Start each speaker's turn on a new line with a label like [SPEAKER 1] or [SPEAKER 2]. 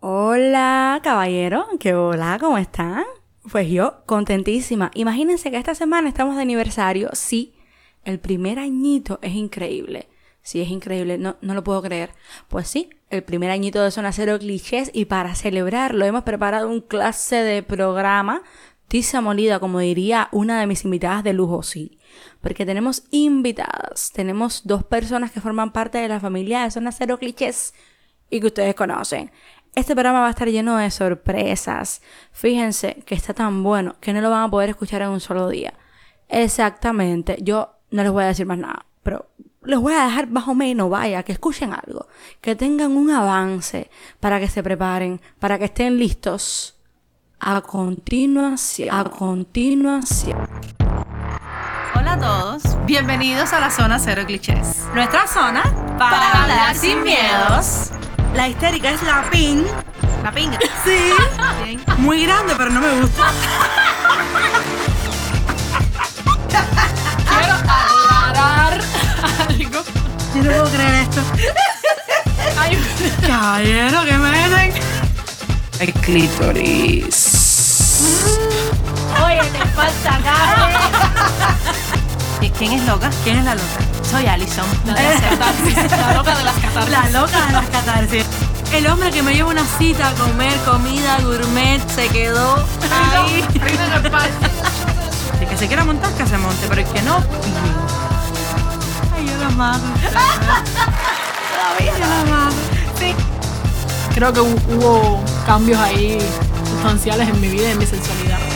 [SPEAKER 1] Hola, caballero. ¿Qué hola? ¿Cómo están? Pues yo, contentísima. Imagínense que esta semana estamos de aniversario. Sí, el primer añito es increíble. Sí, es increíble. No, no lo puedo creer. Pues sí, el primer añito de Zona Cero Clichés y para celebrarlo hemos preparado un clase de programa tiza molida, como diría una de mis invitadas de lujo, sí. Porque tenemos invitadas. Tenemos dos personas que forman parte de la familia de Zona Cero Clichés y que ustedes conocen. Este programa va a estar lleno de sorpresas. Fíjense que está tan bueno que no lo van a poder escuchar en un solo día. Exactamente. Yo no les voy a decir más nada, pero les voy a dejar bajo menos, vaya, que escuchen algo, que tengan un avance para que se preparen, para que estén listos. A continuación, a continuación.
[SPEAKER 2] Hola a todos, bienvenidos a la zona cero clichés. Nuestra zona para, hablar sin miedos.
[SPEAKER 3] La histérica es la pin.
[SPEAKER 2] La pinga.
[SPEAKER 3] Sí.
[SPEAKER 2] Bien.
[SPEAKER 3] Muy grande, pero no me gusta.
[SPEAKER 2] Quiero aclarar algo.
[SPEAKER 3] Yo no puedo creer esto.
[SPEAKER 2] Hay un-
[SPEAKER 3] Caballero, ¿qué meten? El clítoris.
[SPEAKER 2] Oye, te falta acá. ¿Quién es loca?
[SPEAKER 3] ¿Quién es la loca?
[SPEAKER 2] Soy Alison. La, de las catarsis, la loca de las catarsis.
[SPEAKER 3] La loca de las catarsis. El hombre que me lleva una cita a comer comida gourmet se quedó ahí. El que se quiera montar, que se monte, pero el que no. Ay, yo la mato. Todavía yo la mato. Sí.
[SPEAKER 4] creo que hu- hubo cambios ahí sustanciales en mi vida y en mi sexualidad.